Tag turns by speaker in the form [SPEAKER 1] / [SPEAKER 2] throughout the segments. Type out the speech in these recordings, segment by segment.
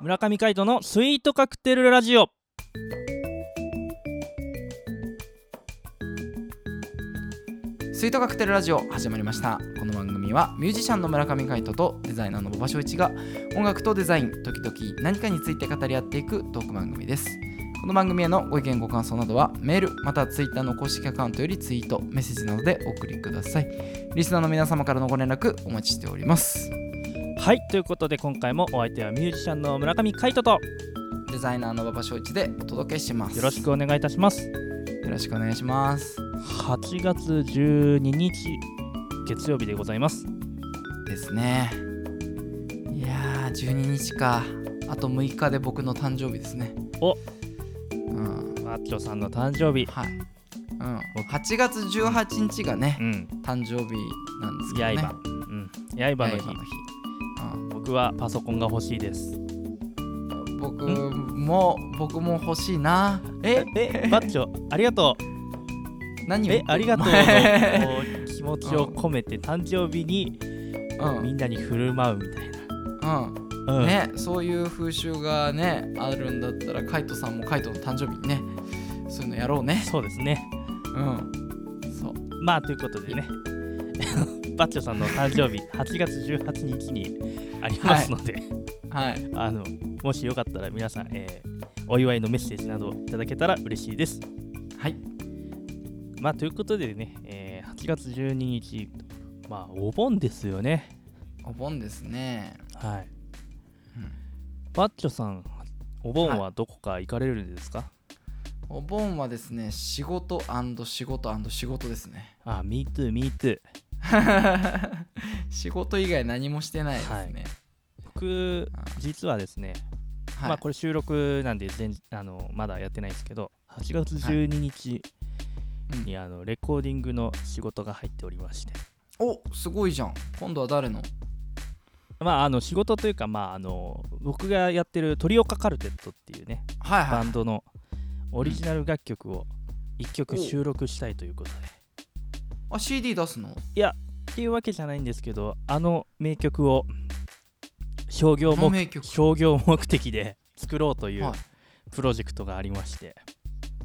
[SPEAKER 1] 村上海人のスイートカクテルラジオ
[SPEAKER 2] スイートカクテルラジオ始まりましたこの番組はミュージシャンの村上海人とデザイナーの馬場翔一が音楽とデザイン時々何かについて語り合っていくトーク番組ですこの番組へのご意見ご感想などはメールまたはツイッターの公式アカウントよりツイートメッセージなどでお送りくださいリスナーの皆様からのご連絡お待ちしております
[SPEAKER 1] はいということで今回もお相手はミュージシャンの村上海人と
[SPEAKER 2] デザイナーの馬場翔一でお届けします
[SPEAKER 1] よろしくお願いいたします
[SPEAKER 2] よろしくお願いします
[SPEAKER 1] 8月12日月曜日でございます
[SPEAKER 2] ですねいやー12日かあと6日で僕の誕生日ですね
[SPEAKER 1] お
[SPEAKER 2] うん
[SPEAKER 1] マッチョさんの誕生日
[SPEAKER 2] はい、うん、8月18日がね
[SPEAKER 1] うん
[SPEAKER 2] 誕生日なんですけどね
[SPEAKER 1] 刃うん刃の日
[SPEAKER 2] 刃の日、
[SPEAKER 1] 僕はパソコンが欲しいです
[SPEAKER 2] うん、僕も僕も欲しいなえ
[SPEAKER 1] えマッチョありがとう
[SPEAKER 2] 何を
[SPEAKER 1] え
[SPEAKER 2] 言ってる
[SPEAKER 1] あり がとう
[SPEAKER 2] お前
[SPEAKER 1] の気持ちを込めて誕生日に
[SPEAKER 2] うん
[SPEAKER 1] みんなに振る舞うみたいな、
[SPEAKER 2] う
[SPEAKER 1] うんん、
[SPEAKER 2] ねそういう風習がねあるんだったらカイトさんもカイトの誕生日にねそういうのやろうね
[SPEAKER 1] そうですね
[SPEAKER 2] うんそう
[SPEAKER 1] まあということでね バッチョさんの誕生日8月18日にありますので、
[SPEAKER 2] はい
[SPEAKER 1] あのもしよかったら皆さん、えーお祝いのメッセージなどいただけたら嬉しいです
[SPEAKER 2] はい
[SPEAKER 1] まあということでね、えー8月12日まあお盆ですよね
[SPEAKER 2] お盆ですね、
[SPEAKER 1] はい
[SPEAKER 2] うん
[SPEAKER 1] バッチョさんお盆はどこか行かれるんですか、
[SPEAKER 2] お盆はですね仕事仕事仕事ですね
[SPEAKER 1] あ、me too, me too。
[SPEAKER 2] 仕事以外何もしてないですね
[SPEAKER 1] 僕
[SPEAKER 2] あ、
[SPEAKER 1] 実はですね、
[SPEAKER 2] はい、
[SPEAKER 1] まあこれ収録なんで全あのまだやってないんですけど、8月12日
[SPEAKER 2] うん
[SPEAKER 1] にあのレコーディングの仕事が入っておりまして、
[SPEAKER 2] おすごいじゃん今度は誰の
[SPEAKER 1] まああの仕事というか、まああの僕がやってるトリオカカルテットっていうね、
[SPEAKER 2] はいは
[SPEAKER 1] バ
[SPEAKER 2] い
[SPEAKER 1] ンドのオリジナル楽曲を1曲
[SPEAKER 2] お
[SPEAKER 1] 収録したいということで。
[SPEAKER 2] あ CD 出すの
[SPEAKER 1] っていうわけじゃないんですけど、あの名曲を商業
[SPEAKER 2] この
[SPEAKER 1] 目
[SPEAKER 2] 名曲
[SPEAKER 1] 商業目的で 作ろうという
[SPEAKER 2] はい
[SPEAKER 1] プロジェクトがありまして、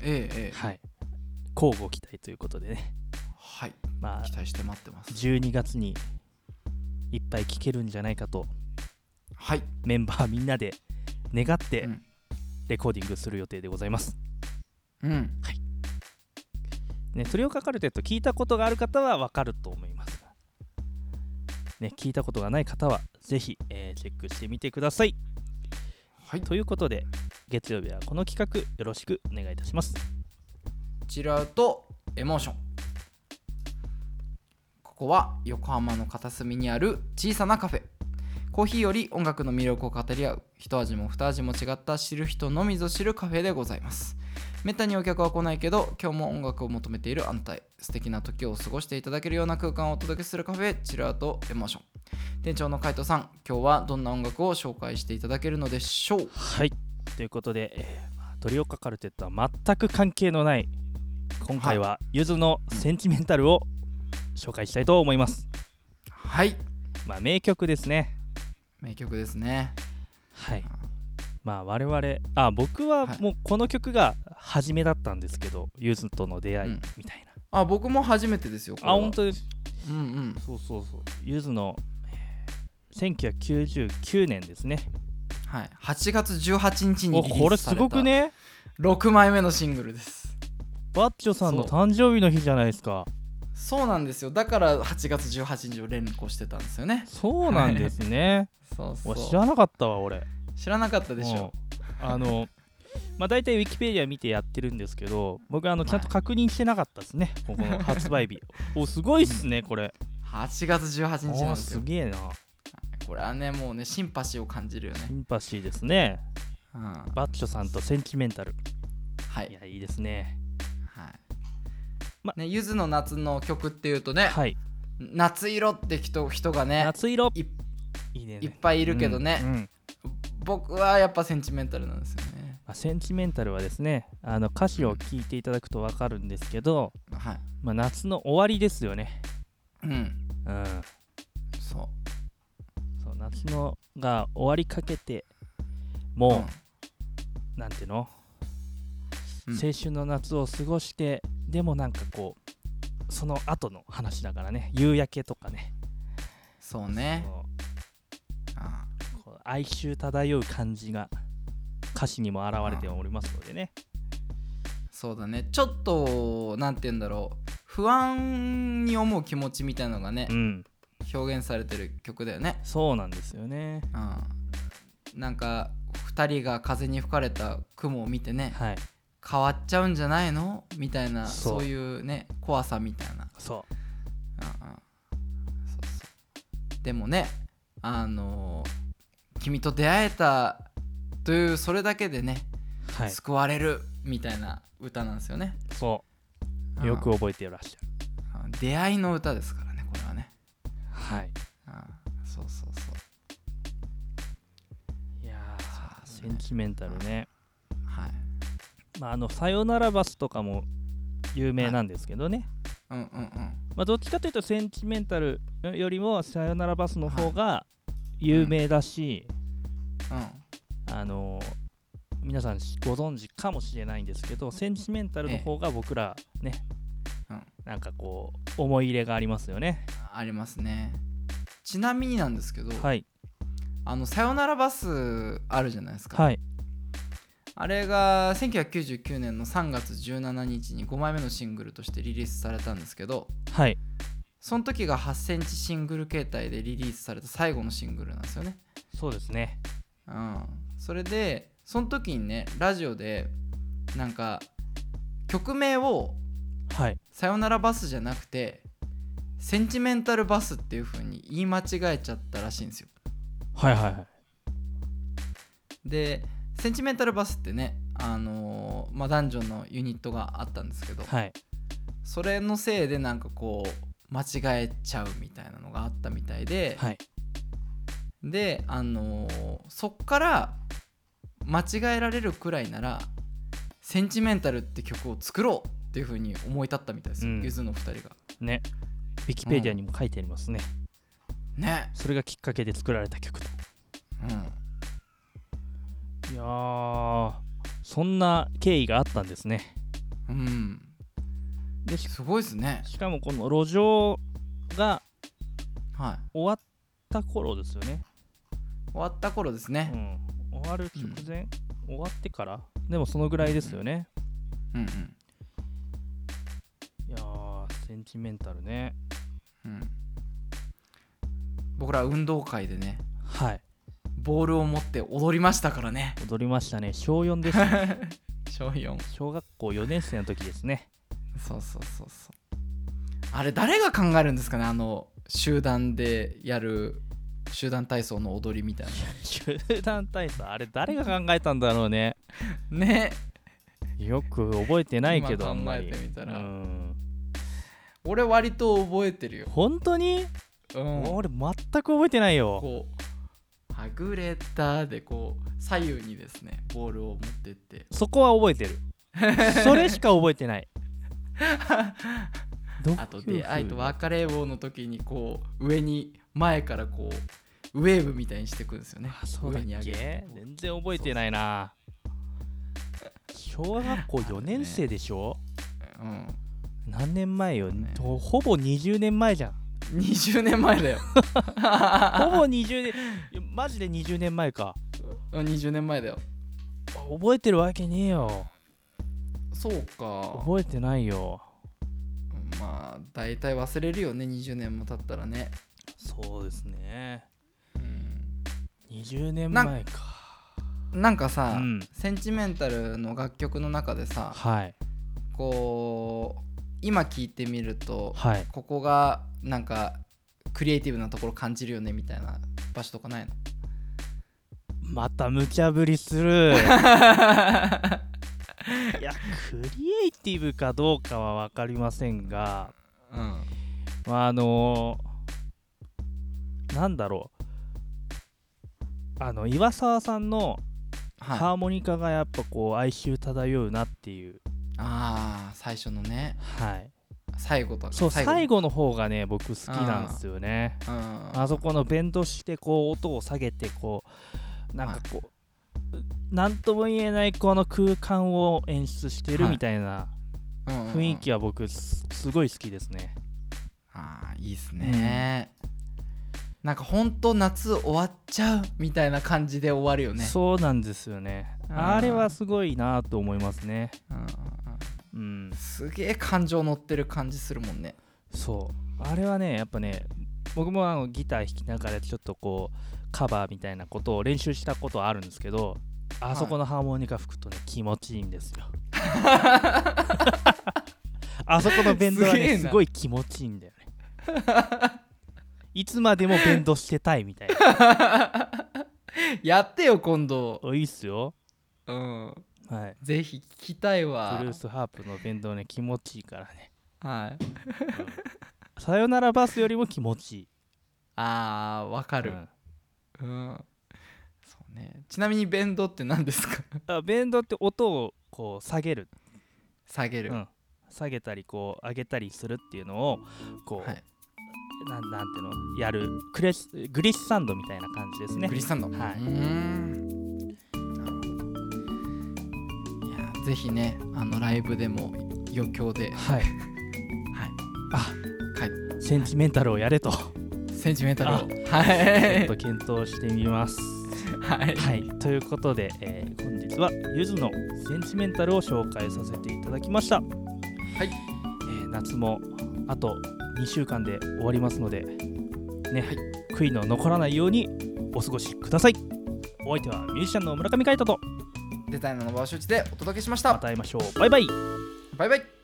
[SPEAKER 2] ええええ
[SPEAKER 1] はい、交互期待ということでね、
[SPEAKER 2] はい
[SPEAKER 1] まあ
[SPEAKER 2] 期、待して待ってます
[SPEAKER 1] 12月にいっぱい聴けるんじゃないかと
[SPEAKER 2] はい
[SPEAKER 1] メンバーみんなで願って
[SPEAKER 2] うん
[SPEAKER 1] レコーディングする予定でございます。
[SPEAKER 2] うん
[SPEAKER 1] ね、トリオカカルテット聞いたことがある方はわかると思いますが、ね、聞いたことがない方はぜひ、えーチェックしてみてください。
[SPEAKER 2] はいこ
[SPEAKER 1] ということで月曜日はこの企画よろしくお願いいたします。
[SPEAKER 2] ちらとエモーションここは横浜の片隅にある小さなカフェコーヒーより音楽の魅力を語り合う一味も二味も違った知る人のみぞ知るカフェでございますめったにお客は来ないけど今日も音楽を求めている安泰素敵な時を過ごしていただけるような空間をお届けするカフェチラートエモーション店長の海斗さん今日はどんな音楽を紹介していただけるのでしょう
[SPEAKER 1] はいということで、えーまあトリオカカルテットは全く関係のない今回はゆずの「センチメンタル」を紹介したいと思います、
[SPEAKER 2] はい
[SPEAKER 1] まあ名曲ですね
[SPEAKER 2] 名曲ですね
[SPEAKER 1] はいまあ我々あ僕は
[SPEAKER 2] はい
[SPEAKER 1] もうこの曲が初めだったんですけどゆずとの出会
[SPEAKER 2] う
[SPEAKER 1] い
[SPEAKER 2] ん
[SPEAKER 1] みたいな、
[SPEAKER 2] あ僕も初めてですよこれ
[SPEAKER 1] あ
[SPEAKER 2] は
[SPEAKER 1] 本当です
[SPEAKER 2] うんうん
[SPEAKER 1] そうそうそうゆずのえー1999年ですね
[SPEAKER 2] はい、8月18日に
[SPEAKER 1] お
[SPEAKER 2] リリースされ
[SPEAKER 1] こ
[SPEAKER 2] た
[SPEAKER 1] れすごくね
[SPEAKER 2] 6枚目のシングルです
[SPEAKER 1] バッチョさんの
[SPEAKER 2] そ
[SPEAKER 1] 誕生日の日じゃないですか
[SPEAKER 2] そうなんですよだから8月18日を連呼してたんですよね
[SPEAKER 1] そうなんですね、
[SPEAKER 2] そうそ
[SPEAKER 1] お
[SPEAKER 2] う
[SPEAKER 1] 知らなかった わ俺
[SPEAKER 2] 知らなかったでしょ
[SPEAKER 1] うんあのまあ大体ウィキペディア見てやってるんですけど僕あの
[SPEAKER 2] はい
[SPEAKER 1] ちゃんと確認してなかったですね、ここの発売 日おすごいっすねこれ
[SPEAKER 2] 8月18日なん
[SPEAKER 1] おー
[SPEAKER 2] です
[SPEAKER 1] す
[SPEAKER 2] よ
[SPEAKER 1] げえな
[SPEAKER 2] これはねもうねシンパシーを感じるよね
[SPEAKER 1] シ、ンパシーですね
[SPEAKER 2] うん、は
[SPEAKER 1] バッチョさんとセンチメンタルい
[SPEAKER 2] い
[SPEAKER 1] やいいですね
[SPEAKER 2] はい
[SPEAKER 1] ま
[SPEAKER 2] ね、ゆずの夏の曲っていうとね、
[SPEAKER 1] はい
[SPEAKER 2] 夏色って人人がね
[SPEAKER 1] 夏色
[SPEAKER 2] い
[SPEAKER 1] いいね
[SPEAKER 2] いっぱいいるけどね
[SPEAKER 1] うんうん
[SPEAKER 2] 僕はやっぱセンチメンタルなんですよね
[SPEAKER 1] まあセンチメンタルはですねあの歌詞を聞いていただくと分かるんですけど、
[SPEAKER 2] はい
[SPEAKER 1] まあ、夏の終わりですよね、
[SPEAKER 2] うん
[SPEAKER 1] うん、
[SPEAKER 2] そ
[SPEAKER 1] そう夏のが終わりかけて
[SPEAKER 2] う
[SPEAKER 1] もう、なんていうの、
[SPEAKER 2] うん
[SPEAKER 1] 青春の夏を過ごしてでもなんかこうその後の話だからね夕焼けとかね
[SPEAKER 2] そうね
[SPEAKER 1] こ
[SPEAKER 2] あ
[SPEAKER 1] うこう哀愁漂う感じが歌詞にも表れておりますのでね、
[SPEAKER 2] そうだねちょっとなんて言うんだろう不安に思う気持ちみたいのがね
[SPEAKER 1] うん、
[SPEAKER 2] 表現されてる曲だよね
[SPEAKER 1] そうなんですよね
[SPEAKER 2] うんなんか2人が風に吹かれた雲を見てね
[SPEAKER 1] はい
[SPEAKER 2] 変わっちゃうんじゃないのみたいな
[SPEAKER 1] そ
[SPEAKER 2] そうういうね怖さみたいな
[SPEAKER 1] そう
[SPEAKER 2] うんうんそうそうでもねあのー君と出会えたというそれだけでね、
[SPEAKER 1] はい
[SPEAKER 2] 救われるみたいな歌なんですよね
[SPEAKER 1] そうよく覚えていらっしゃる
[SPEAKER 2] うん出会いの歌ですからねこれはね、
[SPEAKER 1] はい
[SPEAKER 2] うん、そうそうそう
[SPEAKER 1] いやー
[SPEAKER 2] そ
[SPEAKER 1] セ
[SPEAKER 2] うだね
[SPEAKER 1] ンチメンタルね
[SPEAKER 2] はい
[SPEAKER 1] まああの「さよならバス」とかも有名なんですけどね、
[SPEAKER 2] うんうんうん
[SPEAKER 1] まあ、どっちかというとセンチメンタルよりも「さよならバス」の方が有名だし、
[SPEAKER 2] う
[SPEAKER 1] あのー皆さんご存知かもしれないんですけどセンチメンタルの方が僕らね、
[SPEAKER 2] うん
[SPEAKER 1] なんかこう思い入れがありますよね
[SPEAKER 2] んありますねちなみになんですけど、
[SPEAKER 1] はい
[SPEAKER 2] あの「さよならバス」あるじゃないですか、
[SPEAKER 1] はい
[SPEAKER 2] あれが1999年の3月17日に5枚目のシングルとしてリリースされたんですけど
[SPEAKER 1] はい
[SPEAKER 2] その時が8センチシングル形態でリリースされた最後のシングルなんですよね。
[SPEAKER 1] そうですね
[SPEAKER 2] うん、それでその時にねラジオでなんか曲名を
[SPEAKER 1] はい
[SPEAKER 2] 「さよならバス」じゃなくて「センチメンタルバス」っていう風に言い間違えちゃったらしいんですよ。
[SPEAKER 1] はいはいはい
[SPEAKER 2] で「センチメンタルバス」ってね、あのーまあ、男女のユニットがあったんですけど、
[SPEAKER 1] はい
[SPEAKER 2] それのせいでなんかこう間違えちゃうみたいなのがあったみたいで、
[SPEAKER 1] はい
[SPEAKER 2] であのーそっから間違えられるくらいなら「センチメンタル」って曲を作ろうっていうふうに思い立ったみたいですよ、
[SPEAKER 1] うん
[SPEAKER 2] ゆずの2人が。
[SPEAKER 1] ねウィキペディアにも書いてありますね、
[SPEAKER 2] ね、
[SPEAKER 1] それがきっかけで作られた曲と
[SPEAKER 2] うん、
[SPEAKER 1] いやーそんな経緯があったんですね
[SPEAKER 2] うん、
[SPEAKER 1] でし
[SPEAKER 2] すごいですね。
[SPEAKER 1] しかもこの路上が
[SPEAKER 2] は
[SPEAKER 1] 終わった頃ですよね、
[SPEAKER 2] い、終わった頃です
[SPEAKER 1] う
[SPEAKER 2] ね。
[SPEAKER 1] ん、終わる直前、終わってからでもそのぐらいですよね、
[SPEAKER 2] うんうん
[SPEAKER 1] いやーセンチメンタルね
[SPEAKER 2] うん、僕ら運動会でね
[SPEAKER 1] はい
[SPEAKER 2] ボールを持って踊りましたからね。
[SPEAKER 1] 踊りましたね小4です
[SPEAKER 2] 小4
[SPEAKER 1] 小学校4年生の時ですね
[SPEAKER 2] そうそうそうそうあれ誰が考えるんですかねあの集団でやる集団体操の踊りみたい
[SPEAKER 1] 集団体操あれ誰が考えたんだろうね
[SPEAKER 2] な ね
[SPEAKER 1] よく覚えてないけどあ
[SPEAKER 2] 今考え
[SPEAKER 1] んまり
[SPEAKER 2] てみたら
[SPEAKER 1] うん
[SPEAKER 2] 俺割と覚えてるよ、
[SPEAKER 1] 本当に、
[SPEAKER 2] うん、
[SPEAKER 1] 俺全く覚えてないよ
[SPEAKER 2] こう「はぐれた」でこう左右にですねボールを持ってって
[SPEAKER 1] そこは覚えて るそれしか覚えて ないどういう
[SPEAKER 2] あと出会いと別れをの時にこう上に前からこうウェーブみたいにしてくんですよね
[SPEAKER 1] あそうだっ
[SPEAKER 2] 上に上げ
[SPEAKER 1] け
[SPEAKER 2] てこう
[SPEAKER 1] 全然覚えてないな小学校4年生でしょ、
[SPEAKER 2] うん
[SPEAKER 1] 何年前よ、
[SPEAKER 2] ね
[SPEAKER 1] ほほぼ20年前じゃん
[SPEAKER 2] 20年前だよ
[SPEAKER 1] ほぼ20年いやマジで20年前か
[SPEAKER 2] うん20年前だよ
[SPEAKER 1] 覚えてるわけねえよ
[SPEAKER 2] そうか
[SPEAKER 1] 覚えてないよ
[SPEAKER 2] まあ大体忘れるよね20年も経ったらね、
[SPEAKER 1] そうですね
[SPEAKER 2] うん、
[SPEAKER 1] 20年
[SPEAKER 2] なん
[SPEAKER 1] 前か
[SPEAKER 2] なんかさ、
[SPEAKER 1] うん
[SPEAKER 2] センチメンタルの楽曲の中でさ
[SPEAKER 1] はい
[SPEAKER 2] こう今聞いてみると、
[SPEAKER 1] はい
[SPEAKER 2] ここがなんかクリエイティブなところ感じるよねみたいな場所とかないの
[SPEAKER 1] また無茶ぶりす るいやクリエイティブかどうかは分かりませんが
[SPEAKER 2] うん
[SPEAKER 1] まああのなんだろうあの岩沢さんの
[SPEAKER 2] はい、あ
[SPEAKER 1] ハーモニカがやっぱこう哀愁漂うなっていう、
[SPEAKER 2] あー最初のね
[SPEAKER 1] はい、
[SPEAKER 2] 最後と
[SPEAKER 1] そう最後
[SPEAKER 2] 後
[SPEAKER 1] の方がね僕好きなんですよね
[SPEAKER 2] うん
[SPEAKER 1] あそこのベンドしてこう音を下げてこうなんかこうなんとも言えないこの空間を演出してるみたいな
[SPEAKER 2] うん
[SPEAKER 1] 雰囲気は僕すすごい好きですね
[SPEAKER 2] あーいいっすね、なんかほんと夏終わっちゃうみたいな感じで終わるよね
[SPEAKER 1] そうなんですよね
[SPEAKER 2] うん
[SPEAKER 1] あれはすごいなと思いますね
[SPEAKER 2] うんうん
[SPEAKER 1] うん
[SPEAKER 2] うんすげえ感情乗ってる感じするもんね
[SPEAKER 1] そうあれはねやっぱね僕もあのギター弾きながらちょっとこうカバーみたいなことを練習したことはあるんですけどあそこのハーモニカ吹くとね気持ちいいんですよあそこのベンドは
[SPEAKER 2] すげえ
[SPEAKER 1] ね
[SPEAKER 2] な
[SPEAKER 1] すごい気持ちいいんだよねいつまでもベンドしてたいみたいな
[SPEAKER 2] やってよ今度
[SPEAKER 1] おいいっすよ
[SPEAKER 2] うん
[SPEAKER 1] はい
[SPEAKER 2] ぜひ聞きたいわ
[SPEAKER 1] ブルースハープのベンドはね気持ちいいからね、
[SPEAKER 2] はい
[SPEAKER 1] うんさよならバスよりも気持ちいい
[SPEAKER 2] あーわか
[SPEAKER 1] あ
[SPEAKER 2] るうん、そうねちなみにベンドって何ですか
[SPEAKER 1] あベンドって音をこう下げる
[SPEAKER 2] 下げる、
[SPEAKER 1] うん、下げたりこう上げたりするっていうのをこう、
[SPEAKER 2] はい
[SPEAKER 1] なんなんていうのやるクレスグリッサンドみたいな感じですね
[SPEAKER 2] グリッサンド
[SPEAKER 1] はいう
[SPEAKER 2] ーんなるほどいやぜひねあのライブでも余興で
[SPEAKER 1] はい
[SPEAKER 2] はい
[SPEAKER 1] あ
[SPEAKER 2] はい
[SPEAKER 1] センチメンタルをやれと
[SPEAKER 2] センチメンタルを
[SPEAKER 1] あちょ っ
[SPEAKER 2] は
[SPEAKER 1] と検討してみます
[SPEAKER 2] いはい
[SPEAKER 1] はいということで、えー本日はゆずのセンチメンタルを紹介させていただきましたはい、えー夏もあと2週間で終わりますのでね、
[SPEAKER 2] はい
[SPEAKER 1] 悔いの残らないようにお過ごしくださいお相手はミュージシャンの村上海人と
[SPEAKER 2] デザイナーの馬場承知でお届けしまし
[SPEAKER 1] ま
[SPEAKER 2] た
[SPEAKER 1] た会いましょうバイバイ
[SPEAKER 2] バイバイ